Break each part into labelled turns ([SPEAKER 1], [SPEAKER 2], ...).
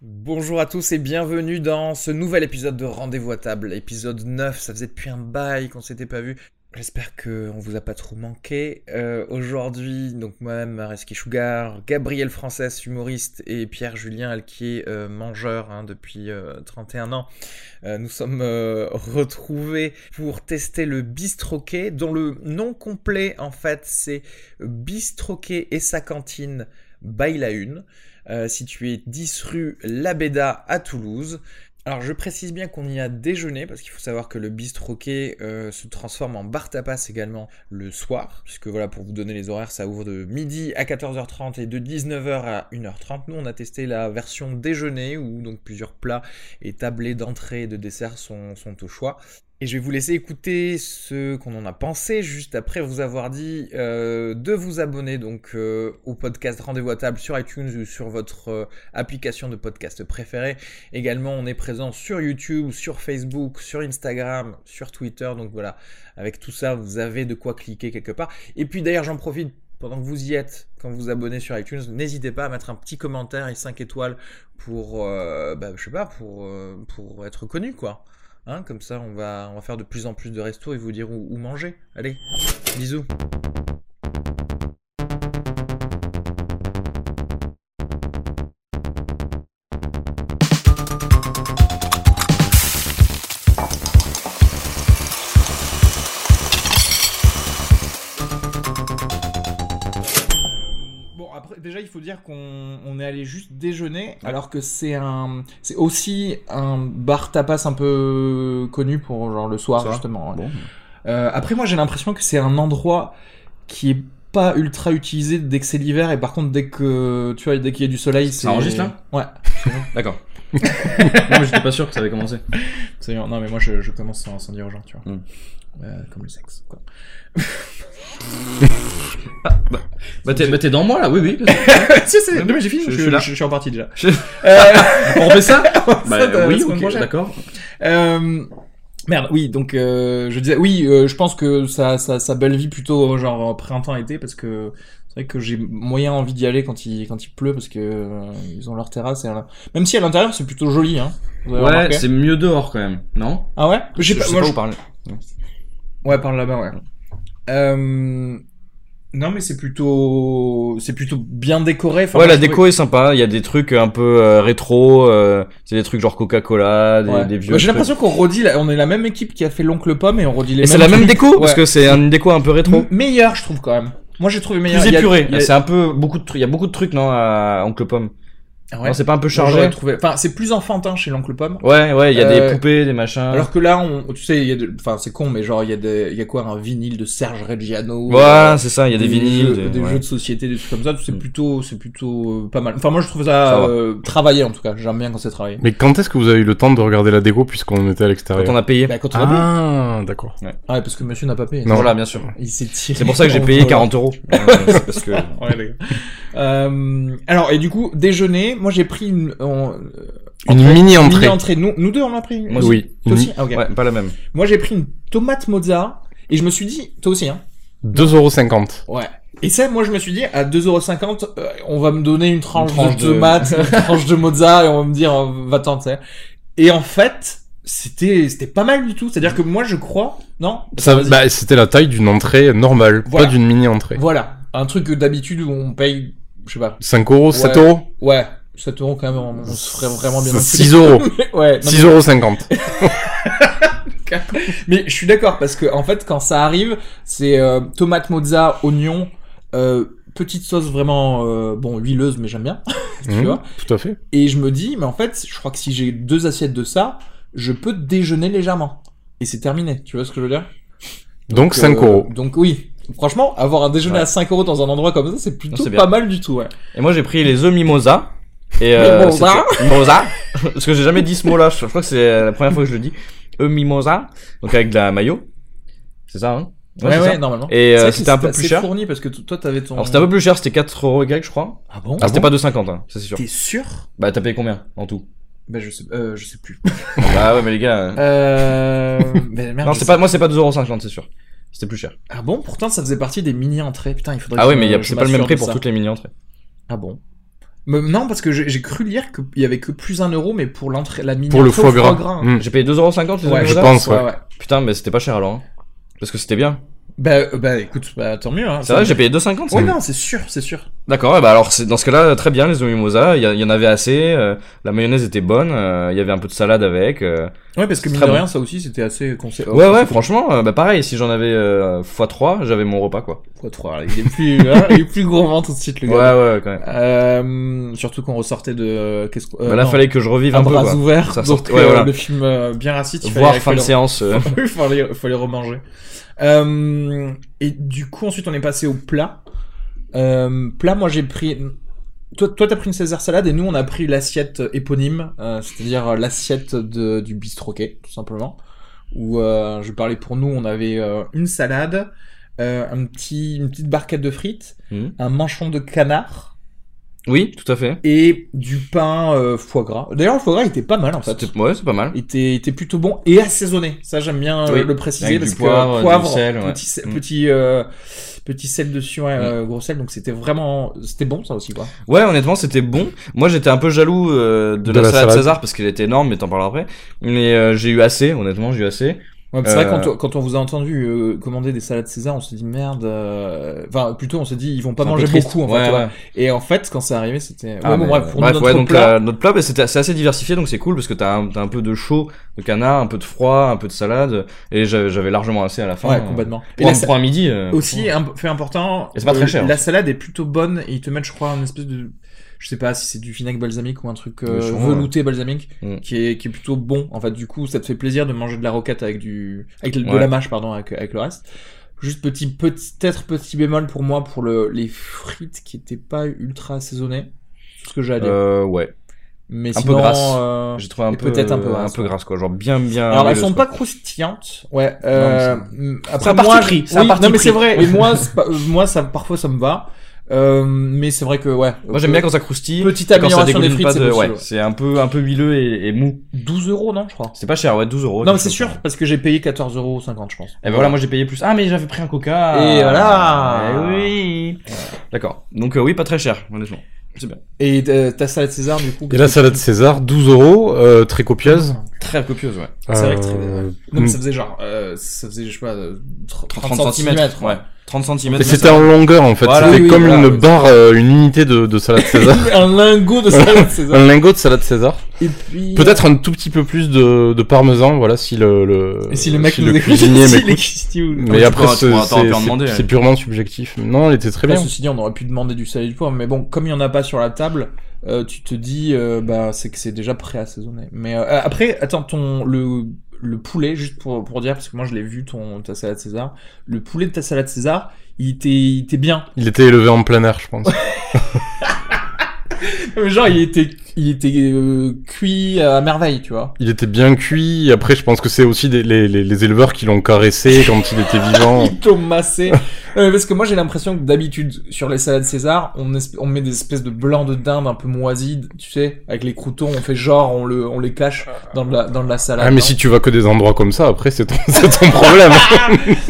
[SPEAKER 1] Bonjour à tous et bienvenue dans ce nouvel épisode de Rendez-vous à table, épisode 9, ça faisait depuis un bail qu'on s'était pas vu. J'espère qu'on vous a pas trop manqué. Euh, Aujourd'hui, donc moi-même, Reski Sugar, Gabriel Frances, humoriste, et Pierre Julien Alquier, euh, mangeur hein, depuis euh, 31 ans, euh, nous sommes euh, retrouvés pour tester le bistroquet, dont le nom complet en fait c'est Bistroquet et sa cantine by la Une, euh, situé 10 rue Labéda à Toulouse. Alors je précise bien qu'on y a déjeuné parce qu'il faut savoir que le bistroquet euh, se transforme en bar tapas également le soir puisque voilà pour vous donner les horaires ça ouvre de midi à 14h30 et de 19h à 1h30. Nous on a testé la version déjeuner où donc plusieurs plats et tablés d'entrée et de dessert sont, sont au choix. Et je vais vous laisser écouter ce qu'on en a pensé juste après vous avoir dit euh, de vous abonner donc euh, au podcast Rendez-vous à table sur iTunes ou sur votre euh, application de podcast préférée. Également, on est présent sur YouTube, sur Facebook, sur Instagram, sur Twitter. Donc voilà, avec tout ça, vous avez de quoi cliquer quelque part. Et puis d'ailleurs, j'en profite pendant que vous y êtes, quand vous vous abonnez sur iTunes, n'hésitez pas à mettre un petit commentaire et 5 étoiles pour, euh, bah, je sais pas, pour, euh, pour être connu quoi. Hein, comme ça, on va, on va faire de plus en plus de restos et vous dire où, où manger. Allez, bisous.
[SPEAKER 2] Bon, après, déjà, il faut dire qu'on on est allé juste déjeuner, alors que c'est un, c'est aussi un bar tapas un peu connu pour genre le soir,
[SPEAKER 3] Soir.
[SPEAKER 2] justement. ouais.
[SPEAKER 3] Bon.
[SPEAKER 2] Euh, après, moi, j'ai l'impression que c'est un endroit qui est pas ultra utilisé dès que c'est l'hiver, et par contre, dès que tu vois, dès qu'il y a du soleil, c'est.
[SPEAKER 3] enregistre, là
[SPEAKER 2] Ouais.
[SPEAKER 3] D'accord. non, mais j'étais pas sûr que ça avait commencé.
[SPEAKER 2] C'est bien. Non, mais moi, je, je commence sans, sans dire aux gens, tu vois.
[SPEAKER 3] Mm.
[SPEAKER 2] Euh, comme le sexe, quoi.
[SPEAKER 3] Bah t'es, bah, t'es dans moi là, oui, oui.
[SPEAKER 2] si, si,
[SPEAKER 3] Non,
[SPEAKER 2] non, mais j'ai fini,
[SPEAKER 3] je-
[SPEAKER 2] je,
[SPEAKER 3] je suis là.
[SPEAKER 2] je suis en partie déjà.
[SPEAKER 3] Je-
[SPEAKER 2] Euh,
[SPEAKER 3] On refait ça Bah
[SPEAKER 2] ça, la
[SPEAKER 3] oui,
[SPEAKER 2] semaine
[SPEAKER 3] ok,
[SPEAKER 2] prochaine.
[SPEAKER 3] d'accord.
[SPEAKER 2] Euh, Merde, oui, donc euh, je disais, oui, euh, je pense que ça, ça, ça belle vie plutôt euh, genre printemps-été parce que c'est vrai que j'ai moyen envie d'y aller quand il, quand il pleut parce que euh, ils ont leur terrasse. Et, à la- Même si à l'intérieur c'est plutôt joli, hein. Vous avez
[SPEAKER 3] Ouais,
[SPEAKER 2] remarqué
[SPEAKER 3] c'est mieux dehors quand même, non
[SPEAKER 2] Ah ouais J'ai
[SPEAKER 3] Je
[SPEAKER 2] pas-
[SPEAKER 3] sais
[SPEAKER 2] moi,
[SPEAKER 3] pas
[SPEAKER 2] je-
[SPEAKER 3] où parler.
[SPEAKER 2] Ouais, par là-bas, ouais. Euh... Non, mais c'est plutôt, c'est plutôt bien décoré. Enfin, moi,
[SPEAKER 4] ouais, la
[SPEAKER 2] je trouvais-
[SPEAKER 4] déco est sympa. Il y a des trucs un peu euh, rétro. euh, c'est des trucs genre Coca-Cola, des,
[SPEAKER 2] Ouais.
[SPEAKER 4] des vieux.
[SPEAKER 2] J'ai
[SPEAKER 4] trucs.
[SPEAKER 2] l'impression qu'on redit, la- on est la même équipe qui a fait l'oncle Pomme et on redit les
[SPEAKER 4] Et c'est la même
[SPEAKER 2] trucs.
[SPEAKER 4] déco parce
[SPEAKER 2] Ouais.
[SPEAKER 4] que c'est une déco un peu rétro.
[SPEAKER 2] M- meilleur, je trouve quand même. Moi, j'ai trouvé meilleur.
[SPEAKER 4] Plus
[SPEAKER 2] Il y a-
[SPEAKER 4] épuré. Ah,
[SPEAKER 2] il y a-
[SPEAKER 4] C'est un peu beaucoup de trucs. Il y a beaucoup de trucs non à Oncle Pomme.
[SPEAKER 2] Ah
[SPEAKER 4] Non, c'est pas un peu
[SPEAKER 2] Moi,
[SPEAKER 4] chargé.
[SPEAKER 2] j'aurais trouvé. Enfin, c'est plus enfantin chez l'oncle Pomme.
[SPEAKER 4] Ouais, ouais. Il y a
[SPEAKER 2] Euh,
[SPEAKER 4] des poupées, des machins.
[SPEAKER 2] Alors que là, on, tu sais, il y a de- enfin, c'est con, mais genre, il y a des, il y a quoi, un vinyle de Serge Reggiano.
[SPEAKER 4] voilà,
[SPEAKER 2] euh,
[SPEAKER 4] c'est ça. Il y a des, vinyles,
[SPEAKER 2] jeux,
[SPEAKER 4] des,
[SPEAKER 2] des
[SPEAKER 4] ouais.
[SPEAKER 2] jeux de société, des trucs comme ça. C'est
[SPEAKER 4] Mm.
[SPEAKER 2] plutôt, c'est plutôt euh, pas mal. Enfin, moi, je trouve ça,
[SPEAKER 4] Ça va.
[SPEAKER 2] euh, travaillé en tout cas. J'aime bien quand c'est travaillé.
[SPEAKER 5] Mais quand est-ce que vous avez eu le temps de regarder la déco puisqu'on
[SPEAKER 4] quand
[SPEAKER 5] était à
[SPEAKER 4] on
[SPEAKER 5] l'extérieur
[SPEAKER 4] a payé.
[SPEAKER 2] Bah, quand on a payé.
[SPEAKER 5] Ah, d'accord.
[SPEAKER 2] Ah, ouais, parce que Monsieur n'a pas payé.
[SPEAKER 5] Non.
[SPEAKER 4] Voilà, bien sûr.
[SPEAKER 2] Il s'est tiré.
[SPEAKER 4] C'est pour ça que j'ai
[SPEAKER 2] en
[SPEAKER 4] payé
[SPEAKER 2] volant.
[SPEAKER 4] 40 euros. Euh, c'est parce que.
[SPEAKER 2] Ouais, les gars. Euh, alors et du coup déjeuner, moi j'ai pris une, euh, en-
[SPEAKER 5] Une
[SPEAKER 2] entrée-
[SPEAKER 5] mini
[SPEAKER 2] mini
[SPEAKER 5] entrée.
[SPEAKER 2] entrée. Nous, nous deux on a pris. une-
[SPEAKER 4] Moi aussi.
[SPEAKER 5] Oui,
[SPEAKER 2] Toi aussi Ah, ok.
[SPEAKER 4] Ouais, pas la même.
[SPEAKER 2] Moi, j'ai pris une tomate mozza et je me suis dit, toi aussi, hein.
[SPEAKER 5] 2,50€.
[SPEAKER 2] Ouais. Et ça, moi, je me suis dit, à 2,50€, euh, on va me donner une tranche,
[SPEAKER 4] Une tranche
[SPEAKER 2] de
[SPEAKER 4] de-
[SPEAKER 2] tomate, une tranche de mozza et on va me dire, euh, va-t'en, tu sais. Et en fait, c'était, c'était pas mal du tout. C'est-à-dire que moi, je crois, non?
[SPEAKER 5] Ça,
[SPEAKER 2] Vas-y.
[SPEAKER 5] bah, c'était la taille d'une entrée normale,
[SPEAKER 2] Voilà.
[SPEAKER 5] pas d'une mini entrée.
[SPEAKER 2] Voilà. Un truc que d'habitude où on paye, je sais pas.
[SPEAKER 5] 5 euros, 7 euros,
[SPEAKER 2] Ouais. 7 euros quand même, on on se ferait vraiment bien.
[SPEAKER 5] 6 euros,
[SPEAKER 2] ouais. non,
[SPEAKER 5] 6 euros 50.
[SPEAKER 2] Mais je suis d'accord parce que en fait quand ça arrive, c'est euh, tomate mozza, oignon, euh, petite sauce vraiment euh, bon huileuse mais j'aime bien, tu
[SPEAKER 5] Mhm,
[SPEAKER 2] vois.
[SPEAKER 5] Tout à fait.
[SPEAKER 2] Et je me dis mais en fait, je crois que si j'ai deux assiettes de ça, je peux déjeuner légèrement et c'est terminé. Tu vois ce que je veux dire
[SPEAKER 5] Donc 5
[SPEAKER 2] euh,
[SPEAKER 5] euros.
[SPEAKER 2] Donc oui, franchement, avoir un déjeuner
[SPEAKER 4] Ouais.
[SPEAKER 2] à 5 euros dans un endroit comme ça, c'est plutôt
[SPEAKER 4] c'est bien.
[SPEAKER 2] pas mal du tout. Ouais.
[SPEAKER 4] Et moi j'ai pris les œufs mimosa. Et
[SPEAKER 2] Mimosa.
[SPEAKER 4] c'était- mimosa. Parce que j'ai jamais dit ce mot-là. Je je crois que c'est la première fois que je le dis. œufs mimosa. Donc avec de la mayo. C'est ça, hein
[SPEAKER 2] Ouais
[SPEAKER 4] c'est
[SPEAKER 2] ouais,
[SPEAKER 4] ça.
[SPEAKER 2] normalement.
[SPEAKER 4] Et euh,
[SPEAKER 2] C'est vrai que
[SPEAKER 4] c'était un peu
[SPEAKER 2] assez
[SPEAKER 4] plus cher.
[SPEAKER 2] fourni parce que t- toi t'avais ton.
[SPEAKER 4] Alors c'était un peu plus cher, c'était 4 euros et quelques, je crois.
[SPEAKER 2] Ah bon
[SPEAKER 4] Ah, c'était pas 2,50, hein, ça c'est sûr.
[SPEAKER 2] T'es sûr
[SPEAKER 4] Bah t'as payé combien en tout
[SPEAKER 2] Ben je sais, euh, je sais plus.
[SPEAKER 4] Bah ouais, mais les gars. euh,
[SPEAKER 2] Euh... ben, merde,
[SPEAKER 4] Non,
[SPEAKER 2] je
[SPEAKER 4] c'est pas, moi c'est pas 2,50€, c'est sûr. C'était plus cher.
[SPEAKER 2] Ah bon, pourtant ça faisait partie des mini entrées. Putain, il faudrait.
[SPEAKER 4] Ah
[SPEAKER 2] que
[SPEAKER 4] ouais,
[SPEAKER 2] je-
[SPEAKER 4] mais y a-
[SPEAKER 2] je
[SPEAKER 4] c'est pas le même
[SPEAKER 2] m'assure
[SPEAKER 4] prix
[SPEAKER 2] de
[SPEAKER 4] pour
[SPEAKER 2] ça.
[SPEAKER 4] toutes les mini entrées.
[SPEAKER 2] Ah bon. Mais non, parce que j'ai j'ai cru lire qu'il y avait que plus un euro, mais pour l'entrée, la mini
[SPEAKER 5] Pour le foie gras.
[SPEAKER 2] hein.
[SPEAKER 5] Mm.
[SPEAKER 4] J'ai payé 2,50€ les
[SPEAKER 2] Hmm. Ouais,
[SPEAKER 4] amis
[SPEAKER 5] je
[SPEAKER 4] Mimosa
[SPEAKER 5] pense, ouais.
[SPEAKER 4] Putain, mais c'était pas cher alors. hein. Parce que c'était bien.
[SPEAKER 2] Bah, euh, bah écoute, bah, tant mieux. Hein,
[SPEAKER 4] C'est vrai, j'ai payé 2,50.
[SPEAKER 2] Ouais,
[SPEAKER 4] ça.
[SPEAKER 2] non, c'est sûr, c'est sûr.
[SPEAKER 4] D'accord, ouais, bah alors c'est- dans ce cas-là, très bien les mimosa, il y, a- il y en avait assez, euh, la mayonnaise était bonne, euh, il y avait un peu de salade avec. euh.
[SPEAKER 2] Ouais, parce que mine
[SPEAKER 4] Très
[SPEAKER 2] de
[SPEAKER 4] bon.
[SPEAKER 2] rien, ça aussi, c'était assez conseil.
[SPEAKER 4] ouais, ouais, franchement, euh, bah pareil, si j'en avais euh, x3, j'avais mon repas quoi.
[SPEAKER 2] Quoi, trois, là, il est plus, hein, il est plus gourmand tout de suite, le
[SPEAKER 4] Ouais,
[SPEAKER 2] gars.
[SPEAKER 4] ouais, quand même.
[SPEAKER 2] Euh, surtout qu'on ressortait de, euh, qu'est-ce qu'on, euh,
[SPEAKER 4] bah, là,
[SPEAKER 2] non,
[SPEAKER 4] fallait que je revive un,
[SPEAKER 2] un
[SPEAKER 4] peu
[SPEAKER 2] bras
[SPEAKER 4] quoi.
[SPEAKER 2] ouvert,
[SPEAKER 4] Ça
[SPEAKER 2] donc
[SPEAKER 4] sortait- ouais,
[SPEAKER 2] euh,
[SPEAKER 4] voilà.
[SPEAKER 2] le film euh, bien raciste, il fallait,
[SPEAKER 4] Voir
[SPEAKER 2] il
[SPEAKER 4] fin de
[SPEAKER 2] fallait-
[SPEAKER 4] séance. euh.
[SPEAKER 2] Oui, faut les, faut les remanger. Euh, et du coup, ensuite, on est passé au plat. Euh, plat, moi, j'ai pris. Toi, toi, t'as pris une César salade et nous, on a pris l'assiette éponyme, euh, c'est-à-dire l'assiette de- du bistroquet, tout simplement. Où euh, je parlais pour nous, on avait euh, une salade, euh, un petit, une petite barquette de frites,
[SPEAKER 4] Mhm.
[SPEAKER 2] un manchon de canard
[SPEAKER 4] Oui, tout à fait.
[SPEAKER 2] et du pain euh, foie gras. D'ailleurs, le foie gras il était pas mal en fait.
[SPEAKER 4] C'était- Ouais, c'est pas mal.
[SPEAKER 2] Il était, il était plutôt bon et assaisonné. Ça, j'aime bien euh,
[SPEAKER 4] Oui,
[SPEAKER 2] le préciser
[SPEAKER 4] avec du
[SPEAKER 2] parce
[SPEAKER 4] poivre,
[SPEAKER 2] que
[SPEAKER 4] du
[SPEAKER 2] poivre,
[SPEAKER 4] sel, ouais.
[SPEAKER 2] petit, se-
[SPEAKER 4] Mm.
[SPEAKER 2] petit, euh, petit sel dessus, ouais, euh, gros sel. Donc c'était vraiment, c'était bon ça aussi, quoi.
[SPEAKER 4] Ouais, honnêtement, c'était bon. Moi, j'étais un peu jaloux euh, de, la, salade, César parce qu'elle était énorme, mais t'en parleras après. Mais euh, j'ai eu assez, honnêtement, j'ai eu assez.
[SPEAKER 2] Ouais, c'est
[SPEAKER 4] Euh,
[SPEAKER 2] vrai quand on, quand on vous a entendu euh, commander des salades César, on s'est dit merde. euh, Enfin, plutôt on s'est dit ils vont pas
[SPEAKER 4] C'est un peu
[SPEAKER 2] manger
[SPEAKER 4] triste.
[SPEAKER 2] beaucoup. En fait,
[SPEAKER 4] Ouais,
[SPEAKER 2] tu vois.
[SPEAKER 4] ouais.
[SPEAKER 2] Et en fait, quand c'est arrivé, c'était. Ouais,
[SPEAKER 4] Ah,
[SPEAKER 2] bon,
[SPEAKER 4] mais,
[SPEAKER 2] bref,
[SPEAKER 4] euh,
[SPEAKER 2] pour
[SPEAKER 4] bref,
[SPEAKER 2] nous,
[SPEAKER 4] ouais,
[SPEAKER 2] notre
[SPEAKER 4] donc
[SPEAKER 2] plat.
[SPEAKER 4] la- notre plat, bah, c'était- c'est assez diversifié, donc c'est cool parce que t'as un, t'as un peu de chaud de canard, un peu de froid, un peu de salade, et j'avais j'avais largement assez à la fin.
[SPEAKER 2] Ouais,
[SPEAKER 4] euh,
[SPEAKER 2] complètement. Et
[SPEAKER 4] Pour,
[SPEAKER 2] la
[SPEAKER 4] un,
[SPEAKER 2] sa-
[SPEAKER 4] pour un midi. euh,
[SPEAKER 2] Aussi, un fait important, Euh,
[SPEAKER 4] Et c'est pas très cher, hein.
[SPEAKER 2] la
[SPEAKER 4] en
[SPEAKER 2] salade est plutôt bonne et ils te mettent, je crois, une espèce de. Je sais pas si c'est du vinaigre balsamique ou un truc euh,
[SPEAKER 4] Oui, sûrement,
[SPEAKER 2] velouté balsamique
[SPEAKER 4] Mm.
[SPEAKER 2] qui, est, qui est plutôt bon. En fait, du coup, ça te fait plaisir de manger de la roquette avec du. avec de
[SPEAKER 4] Ouais.
[SPEAKER 2] la mâche, pardon, avec, avec le reste. Juste petit, peut-être petit bémol pour moi pour le, les frites qui étaient pas ultra assaisonnées. C'est tout ce que j'ai à dire.
[SPEAKER 4] euh, ouais.
[SPEAKER 2] Mais
[SPEAKER 4] peu
[SPEAKER 2] sinon,
[SPEAKER 4] grasse.
[SPEAKER 2] euh,
[SPEAKER 4] J'ai trouvé un
[SPEAKER 2] et
[SPEAKER 4] peu.
[SPEAKER 2] peut-être un peu
[SPEAKER 4] Un
[SPEAKER 2] grasse,
[SPEAKER 4] peu
[SPEAKER 2] ouais.
[SPEAKER 4] grasse, quoi. Genre bien, bien.
[SPEAKER 2] Alors elles
[SPEAKER 4] huileuse,
[SPEAKER 2] sont
[SPEAKER 4] quoi.
[SPEAKER 2] pas croustillantes, ouais. Euh,
[SPEAKER 4] Non,
[SPEAKER 2] mm,
[SPEAKER 4] c'est un
[SPEAKER 2] après
[SPEAKER 4] parti
[SPEAKER 2] moi,
[SPEAKER 4] pris,
[SPEAKER 2] je-
[SPEAKER 4] c'est un
[SPEAKER 2] oui,
[SPEAKER 4] parti
[SPEAKER 2] non mais
[SPEAKER 4] pris.
[SPEAKER 2] c'est vrai. Et moi, c'est pas- euh, moi ça parfois ça me va. Euh, mais c'est vrai que ouais. Euh,
[SPEAKER 4] Moi, j'aime bien quand ça croustille.
[SPEAKER 2] petite
[SPEAKER 4] quand ça
[SPEAKER 2] amélioration des
[SPEAKER 4] dégouline
[SPEAKER 2] frites,
[SPEAKER 4] pas
[SPEAKER 2] c'est
[SPEAKER 4] de.
[SPEAKER 2] possible.
[SPEAKER 4] Ouais, c'est un peu, un peu huileux et, et mou.
[SPEAKER 2] 12 euros non, je crois.
[SPEAKER 4] C'est pas cher, ouais, 12 euros.
[SPEAKER 2] non mais
[SPEAKER 4] quelque
[SPEAKER 2] c'est
[SPEAKER 4] chose.
[SPEAKER 2] sûr parce que j'ai payé 14,50 euros je pense.
[SPEAKER 4] Et ben voilà, moi j'ai payé plus. Ah, mais j'avais pris un coca.
[SPEAKER 2] Et voilà.
[SPEAKER 4] Eh oui. D'accord. Donc, euh, oui, pas très cher, honnêtement. C'est bien.
[SPEAKER 2] Et euh, ta salade César du coup.
[SPEAKER 5] Et la salade César, 12 euros, euh, très copieuse.
[SPEAKER 4] Très copieuse, ouais.
[SPEAKER 2] C'est vrai que très-
[SPEAKER 5] Euh,
[SPEAKER 2] Non mais ça faisait genre, euh, ça faisait je sais pas euh, 30,
[SPEAKER 4] 30 cm.
[SPEAKER 2] centimètres,
[SPEAKER 4] Ouais. 30 cm.
[SPEAKER 5] Et c'était en longueur en fait,
[SPEAKER 4] Voilà.
[SPEAKER 5] c'était
[SPEAKER 2] Oui, oui,
[SPEAKER 5] comme
[SPEAKER 2] voilà,
[SPEAKER 5] une
[SPEAKER 2] oui.
[SPEAKER 5] barre, euh, une unité de, de salade César.
[SPEAKER 2] Un lingot de salade César.
[SPEAKER 5] un lingot de salade César.
[SPEAKER 2] Et puis.
[SPEAKER 5] Peut-être un tout petit peu plus de, de parmesan, voilà, si le, le,
[SPEAKER 2] euh, Et si le mec
[SPEAKER 5] si
[SPEAKER 2] nous écoute,
[SPEAKER 5] cuisinier
[SPEAKER 2] si
[SPEAKER 5] m'écoute.
[SPEAKER 2] l'existe ou-
[SPEAKER 5] Mais
[SPEAKER 4] tu
[SPEAKER 5] après,
[SPEAKER 4] pourras- tu
[SPEAKER 5] c'est-
[SPEAKER 4] pourras- t'en-
[SPEAKER 5] c'est-
[SPEAKER 4] t'en demander, hein.
[SPEAKER 5] c'est
[SPEAKER 4] ouais.
[SPEAKER 5] c'est purement subjectif. Non, elle était très
[SPEAKER 2] Là,
[SPEAKER 5] bien.
[SPEAKER 2] ceci dit, on aurait pu demander du sel et du poivre, mais bon, comme il n'y en a pas sur la table, euh, tu te dis, euh, bah, c'est que c'est déjà pré-assaisonné. Mais euh, euh, après, attends, ton le le poulet, juste pour pour dire, parce que moi je l'ai vu ton ta salade César, le poulet de ta salade César, il était il était bien.
[SPEAKER 5] Il était élevé en plein air, je pense.
[SPEAKER 2] Genre, il était il était euh, cuit à merveille, tu vois.
[SPEAKER 5] Il était bien cuit. Après, je pense que c'est aussi des, les, les, les éleveurs qui l'ont caressé quand il était vivant.
[SPEAKER 2] Il massé. Euh, parce que moi j'ai l'impression que d'habitude sur les salades César, on, esp- on met des espèces de blancs de dinde un peu moisis, tu sais, avec les croutons, on fait genre on le on les cache dans de la dans de la salade.
[SPEAKER 5] Ah, mais
[SPEAKER 2] hein.
[SPEAKER 5] si tu vas que des endroits comme ça, après, c'est ton, c'est ton problème.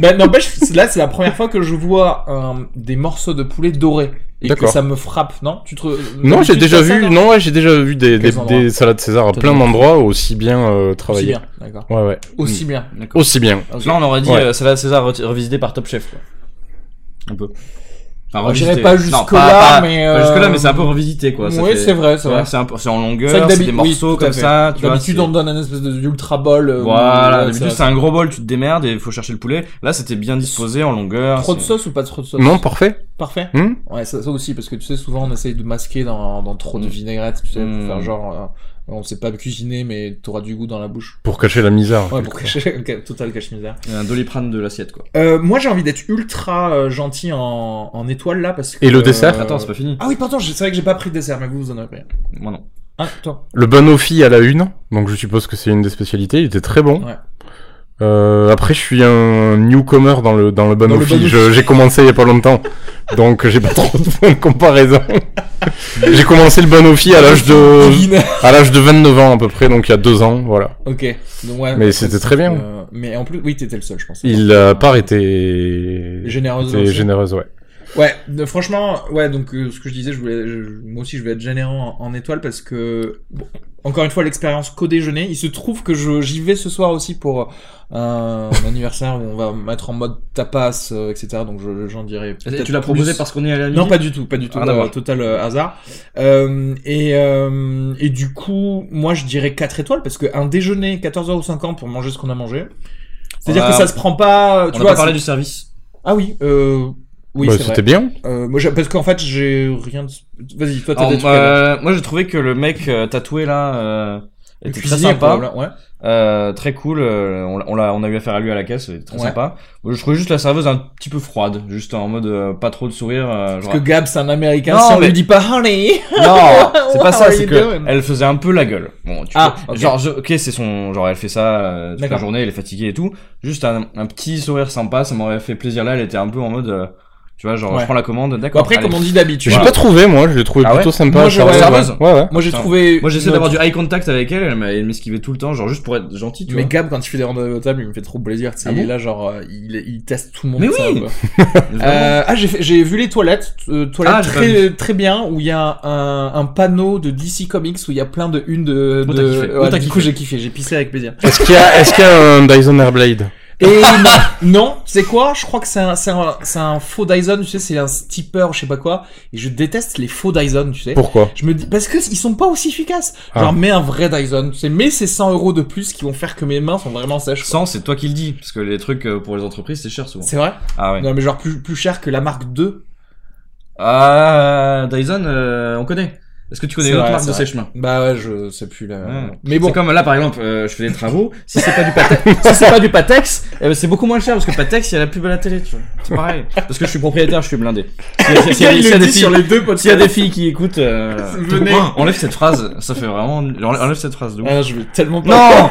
[SPEAKER 2] Bah, n'empêche, c'est- là, c'est la première fois que je vois euh, des morceaux de poulet dorés. Et que
[SPEAKER 5] D'accord.
[SPEAKER 2] ça me frappe, non Tu te...
[SPEAKER 5] non, j'ai
[SPEAKER 2] tu
[SPEAKER 5] déjà
[SPEAKER 2] fais ça,
[SPEAKER 5] vu,
[SPEAKER 2] non
[SPEAKER 5] non, ouais, j'ai déjà vu des, des,
[SPEAKER 2] Quels endroits
[SPEAKER 5] des salades César à
[SPEAKER 2] T'as
[SPEAKER 5] plein
[SPEAKER 2] déjà vu
[SPEAKER 5] d'endroits aussi bien euh,
[SPEAKER 2] Aussi
[SPEAKER 5] travaillées.
[SPEAKER 2] bien, d'accord.
[SPEAKER 5] Ouais, ouais.
[SPEAKER 2] Aussi bien.
[SPEAKER 4] D'accord.
[SPEAKER 5] Aussi bien.
[SPEAKER 2] Ok.
[SPEAKER 4] Là, on aurait dit
[SPEAKER 5] Ouais.
[SPEAKER 4] euh, salade César re- revisité par Top Chef, quoi. Un peu. Enfin,
[SPEAKER 2] Alors, Bah, j'irai
[SPEAKER 4] revisité.
[SPEAKER 2] pas
[SPEAKER 4] Non,
[SPEAKER 2] jusque-là,
[SPEAKER 4] pas-
[SPEAKER 2] mais...
[SPEAKER 4] pas
[SPEAKER 2] euh,
[SPEAKER 4] jusque-là, mais c'est un peu revisité, quoi. Ça
[SPEAKER 2] ouais,
[SPEAKER 4] fait-
[SPEAKER 2] c'est vrai,
[SPEAKER 4] tu
[SPEAKER 2] c'est
[SPEAKER 4] vois,
[SPEAKER 2] vrai.
[SPEAKER 4] C'est un peu- c'est en
[SPEAKER 2] C'est vrai
[SPEAKER 4] longueur,
[SPEAKER 2] que
[SPEAKER 4] c'est
[SPEAKER 2] d'habi-
[SPEAKER 4] des morceaux
[SPEAKER 2] oui, tout à
[SPEAKER 4] comme
[SPEAKER 2] fait.
[SPEAKER 4] ça. tu vois,
[SPEAKER 2] D'habitude,
[SPEAKER 4] c'est-
[SPEAKER 2] on donne un espèce de ultra ball. euh,
[SPEAKER 4] Voilà,
[SPEAKER 2] ouais,
[SPEAKER 4] d'habitude
[SPEAKER 2] ça-
[SPEAKER 4] c'est un gros bol, tu te démerdes et il faut chercher le poulet. Là c'était bien disposé en longueur.
[SPEAKER 2] Trop de
[SPEAKER 4] c'est-
[SPEAKER 2] sauce ou pas trop de sauce
[SPEAKER 5] Non, parfait.
[SPEAKER 2] Parfait
[SPEAKER 5] Hmm
[SPEAKER 2] Ouais, ça, ça aussi, parce que tu sais, souvent on essaye de masquer dans, dans trop de
[SPEAKER 4] Mm.
[SPEAKER 2] vinaigrette, tu sais, pour
[SPEAKER 4] Mm.
[SPEAKER 2] faire genre... euh, on sait pas cuisiner, mais t'auras du goût dans la bouche.
[SPEAKER 5] Pour cacher la misère.
[SPEAKER 2] Ouais, pour cacher... ok, Total cache-misère.
[SPEAKER 4] Il y a un doliprane de l'assiette quoi.
[SPEAKER 2] Euh, moi, j'ai envie d'être ultra euh, gentil en, en étoile là parce que.
[SPEAKER 5] Et le dessert
[SPEAKER 4] Attends, c'est pas fini.
[SPEAKER 2] Ah oui, pardon, j'ai- c'est vrai que j'ai pas pris de dessert, mais vous vous en avez pris.
[SPEAKER 4] Moi non.
[SPEAKER 2] Ah, toi.
[SPEAKER 5] Le banoffee à la une, donc je suppose que c'est une des spécialités, il était très bon.
[SPEAKER 2] Ouais.
[SPEAKER 5] Euh, après, je suis un newcomer dans le, dans le banoffee,
[SPEAKER 2] banoffee.
[SPEAKER 5] Je- j'ai commencé il y a pas longtemps, donc j'ai pas trop de points de comparaison. j'ai commencé le banoffee à l'âge de, à l'âge de 29 ans à peu près, donc il y a deux ans, voilà.
[SPEAKER 2] ok. Donc, ouais,
[SPEAKER 5] Mais
[SPEAKER 2] donc,
[SPEAKER 5] c'était
[SPEAKER 2] c'est-
[SPEAKER 5] très bien.
[SPEAKER 2] euh, mais en plus, oui, t'étais le seul, je pense.
[SPEAKER 5] Il a pas été
[SPEAKER 2] Généreuse.
[SPEAKER 5] était
[SPEAKER 2] aussi.
[SPEAKER 5] généreuse, ouais.
[SPEAKER 2] Ouais, de- franchement, ouais, donc euh, ce que je disais, je voulais, je- moi aussi je vais être générant en, en étoile parce que, bon, encore une fois, l'expérience qu'au déjeuner, il se trouve que je- j'y vais ce soir aussi pour un, un anniversaire où on va mettre en mode tapas, euh, etc. Donc je- j'en dirai.
[SPEAKER 3] Et
[SPEAKER 2] peut-être
[SPEAKER 3] tu l'as proposé
[SPEAKER 2] plus.
[SPEAKER 3] parce qu'on est à la
[SPEAKER 2] Non,
[SPEAKER 3] midi
[SPEAKER 2] pas du tout, pas du tout.
[SPEAKER 4] Rien à
[SPEAKER 2] euh,
[SPEAKER 4] voir.
[SPEAKER 2] total euh, hasard. Euh, et, euh, et du coup, moi je dirais 4 étoiles parce qu'un déjeuner 14h50 pour manger ce qu'on a mangé. C'est-à-dire
[SPEAKER 4] On
[SPEAKER 2] que
[SPEAKER 4] a-
[SPEAKER 2] ça se prend pas. Tu
[SPEAKER 3] On a
[SPEAKER 2] vois,
[SPEAKER 3] pas parlé
[SPEAKER 2] c'est-
[SPEAKER 3] du service.
[SPEAKER 2] Ah oui, euh, oui,
[SPEAKER 5] Bah,
[SPEAKER 2] c'est vrai.
[SPEAKER 5] c'était bien.
[SPEAKER 2] Euh, moi, j'ai- parce qu'en fait, j'ai rien de... Vas-y, toi, t'as
[SPEAKER 4] Alors,
[SPEAKER 2] des trucs à dire.
[SPEAKER 4] euh, moi, j'ai trouvé que le mec euh, tatoué là euh,
[SPEAKER 2] Le
[SPEAKER 4] était très
[SPEAKER 2] cuisinier,
[SPEAKER 4] sympa,
[SPEAKER 2] probablement, ouais.
[SPEAKER 4] euh, très cool. euh, on l'a- on l'a, on a eu affaire à lui à la caisse, c'était très
[SPEAKER 2] Ouais.
[SPEAKER 4] sympa. Moi, je trouvais juste la serveuse un petit peu froide, juste en mode euh, pas trop de sourire. euh, genre-
[SPEAKER 2] Parce que Gab, c'est un américain,
[SPEAKER 4] Non,
[SPEAKER 2] si on
[SPEAKER 4] mais-
[SPEAKER 2] lui dit pas honey
[SPEAKER 4] Non, c'est
[SPEAKER 2] What
[SPEAKER 4] pas ça,
[SPEAKER 2] are
[SPEAKER 4] c'est
[SPEAKER 2] you
[SPEAKER 4] que
[SPEAKER 2] doing
[SPEAKER 4] elle faisait un peu la gueule. Bon, tu
[SPEAKER 2] Ah,
[SPEAKER 4] vois,
[SPEAKER 2] ok.
[SPEAKER 4] genre, je- ok, c'est son, genre, elle fait ça euh, toute la
[SPEAKER 2] D'accord.
[SPEAKER 4] journée, elle est fatiguée et tout. Juste un, un petit sourire sympa, ça m'aurait fait plaisir. Là, elle était un peu en mode, euh, tu vois, genre,
[SPEAKER 2] Ouais.
[SPEAKER 4] je prends la commande,
[SPEAKER 2] Bon,
[SPEAKER 4] d'accord.
[SPEAKER 2] Après,
[SPEAKER 4] allez.
[SPEAKER 2] comme on dit d'habitude.
[SPEAKER 5] J'ai
[SPEAKER 2] voilà.
[SPEAKER 5] pas trouvé, moi. Je l'ai trouvé
[SPEAKER 4] Ah ouais
[SPEAKER 5] plutôt sympa.
[SPEAKER 2] Moi, je-
[SPEAKER 5] la
[SPEAKER 4] ouais.
[SPEAKER 5] serveuse. Ouais, ouais.
[SPEAKER 2] Moi, j'ai
[SPEAKER 4] Putain.
[SPEAKER 2] trouvé...
[SPEAKER 4] Moi, j'essaie
[SPEAKER 2] une
[SPEAKER 4] d'avoir
[SPEAKER 2] autre-
[SPEAKER 4] du eye contact avec elle, elle m'a- elle m'esquivait tout le temps, genre, juste pour être gentil, tu
[SPEAKER 2] Mais
[SPEAKER 4] vois.
[SPEAKER 2] Gab, quand il fait des rendez-vous tables, il me fait trop plaisir. tu sais,
[SPEAKER 4] Ah
[SPEAKER 2] il est
[SPEAKER 4] bon
[SPEAKER 2] là, genre, euh, il, il teste tout le monde.
[SPEAKER 4] Mais
[SPEAKER 2] ça,
[SPEAKER 4] oui
[SPEAKER 2] quoi.
[SPEAKER 4] Vraiment.
[SPEAKER 2] Euh, ah, j'ai fait- j'ai vu les toilettes, euh, toilettes
[SPEAKER 4] Ah, j'ai pas
[SPEAKER 2] très, très bien, où il y a un, un panneau de DC Comics où il y a plein de une de.
[SPEAKER 4] Oh,
[SPEAKER 2] de...
[SPEAKER 4] t'as kiffé.
[SPEAKER 2] ouais,
[SPEAKER 4] Oh, t'as
[SPEAKER 2] du
[SPEAKER 4] kiffé.
[SPEAKER 2] coup, j'ai kiffé, j'ai pissé avec plaisir.
[SPEAKER 5] Est-ce qu'il y a, est-ce qu'il y a un Dyson Airblade
[SPEAKER 2] Et non, non, tu sais quoi Je crois que c'est un, c'est un, c'est un faux Dyson, tu sais, c'est un steeper, je sais pas quoi. Et je déteste les faux Dyson, tu sais.
[SPEAKER 5] Pourquoi
[SPEAKER 2] Je me dis parce que ils sont pas aussi efficaces. Genre
[SPEAKER 5] Ah.
[SPEAKER 2] mets un vrai Dyson, tu sais, mets ces 100 euros de plus qui vont faire que mes mains sont vraiment sèches. quoi.
[SPEAKER 4] Sans, c'est toi qui le dis, parce que les trucs euh, pour les entreprises, c'est cher souvent.
[SPEAKER 2] C'est vrai
[SPEAKER 4] Ah ouais.
[SPEAKER 2] Non mais genre plus plus cher que la marque 2.
[SPEAKER 4] Ah, Dyson, euh, on connaît. Est-ce que tu connais
[SPEAKER 2] C'est
[SPEAKER 4] une autre
[SPEAKER 2] vrai,
[SPEAKER 4] marque
[SPEAKER 2] c'est
[SPEAKER 4] de
[SPEAKER 2] vrai.
[SPEAKER 4] sèche-main
[SPEAKER 2] Bah ouais, je sais plus là.
[SPEAKER 4] Ouais.
[SPEAKER 2] Mais
[SPEAKER 4] C'est
[SPEAKER 2] bon,
[SPEAKER 4] comme là, par exemple, euh, je fais des travaux. Si c'est pas du Patex, si c'est pas du Patex, eh ben, c'est beaucoup moins cher parce que Patex, il y a la pub à la télé, tu vois. C'est pareil. Parce que je suis propriétaire, je suis blindé. S'il y a- s'il y a- s'il y a des filles-
[SPEAKER 2] les deux
[SPEAKER 4] s'il y a des filles qui écoutent, euh,
[SPEAKER 2] Venez.
[SPEAKER 4] oh, enlève cette phrase. Ça fait vraiment, enlève cette phrase. de ouf.
[SPEAKER 2] Ah, je vais tellement pas.
[SPEAKER 4] Non!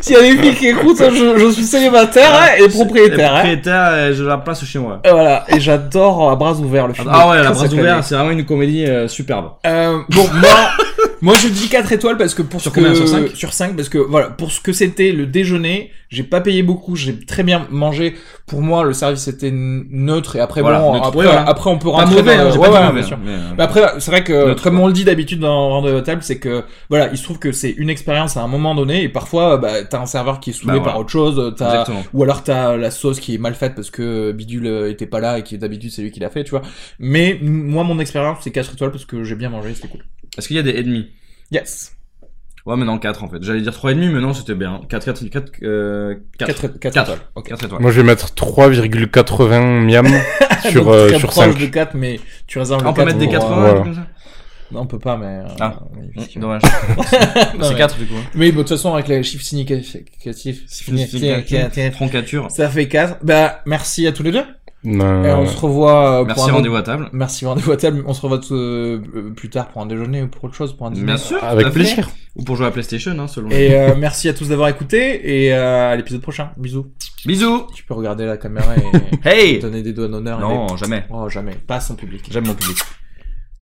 [SPEAKER 2] S'il y a des filles qui écoutent, hein, je, je suis célibataire
[SPEAKER 4] Ah,
[SPEAKER 2] hein, et propriétaire. hein.
[SPEAKER 4] Propriétaire, euh, je la place chez moi.
[SPEAKER 2] Et voilà, et j'adore euh, à bras ouverts le film.
[SPEAKER 4] Ah ouais, la
[SPEAKER 2] Très
[SPEAKER 4] bras
[SPEAKER 2] sacré.
[SPEAKER 4] ouverte, c'est vraiment une comédie euh, superbe.
[SPEAKER 2] Euh, bon, moi, moi je dis 4 étoiles parce que pour
[SPEAKER 4] Sur
[SPEAKER 2] ce que-
[SPEAKER 4] combien, sur cinq
[SPEAKER 2] sur 5 parce que voilà, pour ce que c'était le déjeuner, j'ai pas payé beaucoup, j'ai très bien mangé. Pour moi, le service était n- neutre et après
[SPEAKER 4] Voilà,
[SPEAKER 2] bon,
[SPEAKER 4] neutre,
[SPEAKER 2] après,
[SPEAKER 4] oui, voilà.
[SPEAKER 2] après on peut
[SPEAKER 4] Pas
[SPEAKER 2] rentrer
[SPEAKER 4] mauvais,
[SPEAKER 2] dans-
[SPEAKER 4] hein, j'ai
[SPEAKER 2] ouais,
[SPEAKER 4] pas
[SPEAKER 2] ouais,
[SPEAKER 4] dit
[SPEAKER 2] bien
[SPEAKER 4] mauvais.
[SPEAKER 2] sûr. Bah,
[SPEAKER 4] mais, euh,
[SPEAKER 2] Mais après, c'est vrai que,
[SPEAKER 4] Neutre,
[SPEAKER 2] comme
[SPEAKER 4] quoi.
[SPEAKER 2] on le dit d'habitude dans Rendez-vous à table, c'est que, voilà, il se trouve que c'est une expérience à un moment donné, et parfois, bah, t'as un serveur qui est saoulé
[SPEAKER 4] Bah, voilà.
[SPEAKER 2] par autre chose, t'as,
[SPEAKER 4] Exactement.
[SPEAKER 2] ou alors t'as la sauce qui est mal faite parce que Bidule euh, était pas là et qui d'habitude c'est lui qui l'a fait, tu vois. Mais, m- moi, mon expérience, c'est 4 étoiles parce que j'ai bien mangé, c'était cool.
[SPEAKER 4] Est-ce qu'il y a des ennemis
[SPEAKER 2] Yes.
[SPEAKER 4] Ouais, mais non, 4 en fait. J'allais dire 3,5, mais non, c'était bien. 4, 4, 4, euh, 4.
[SPEAKER 2] 4,
[SPEAKER 4] Quatre.
[SPEAKER 2] étoiles. Ok.
[SPEAKER 4] 4 étoiles.
[SPEAKER 5] Moi, je vais mettre 3,80 miam sur,
[SPEAKER 2] Donc,
[SPEAKER 5] euh,
[SPEAKER 2] très
[SPEAKER 5] sur
[SPEAKER 2] proche
[SPEAKER 5] 5.
[SPEAKER 2] de 4, mais tu réserves
[SPEAKER 4] Ah, on
[SPEAKER 2] le
[SPEAKER 4] peut
[SPEAKER 2] 4.
[SPEAKER 4] mettre des
[SPEAKER 2] pour,
[SPEAKER 4] 4
[SPEAKER 2] euh,
[SPEAKER 5] quatre-vingts,
[SPEAKER 4] un truc comme ça
[SPEAKER 2] Non, on peut pas, mais. euh,
[SPEAKER 4] Ah.
[SPEAKER 2] oui,
[SPEAKER 4] Hum,
[SPEAKER 2] effectivement.
[SPEAKER 4] Dommage.
[SPEAKER 2] Non,
[SPEAKER 4] C'est
[SPEAKER 2] mais-
[SPEAKER 4] 4 du coup.
[SPEAKER 2] Mais, bon, de toute façon, avec les chiffres significatifs.
[SPEAKER 4] hein. Francature.
[SPEAKER 2] Ça fait 4. Bah, merci à tous les deux.
[SPEAKER 5] Non.
[SPEAKER 2] Et on se revoit euh, pour
[SPEAKER 4] Merci,
[SPEAKER 2] un
[SPEAKER 4] rendez-vous à table.
[SPEAKER 2] Merci rendez-vous à table. On se revoit euh, euh, plus tard pour un déjeuner ou pour autre chose, pour un dîner.
[SPEAKER 4] Bien sûr. tout
[SPEAKER 5] Ah,
[SPEAKER 2] Ah,
[SPEAKER 5] Avec
[SPEAKER 4] à fait.
[SPEAKER 5] plaisir.
[SPEAKER 4] Ou pour jouer à PlayStation, hein, selon.
[SPEAKER 2] Et euh, merci à tous d'avoir écouté et euh, à l'épisode prochain. Bisous.
[SPEAKER 4] Bisous
[SPEAKER 2] Tu peux regarder la caméra et
[SPEAKER 4] Hey
[SPEAKER 2] donner des doigts d'honneur. et
[SPEAKER 4] Non, jamais.
[SPEAKER 2] des- Oh jamais. Pas sans public.
[SPEAKER 4] J'aime mon public.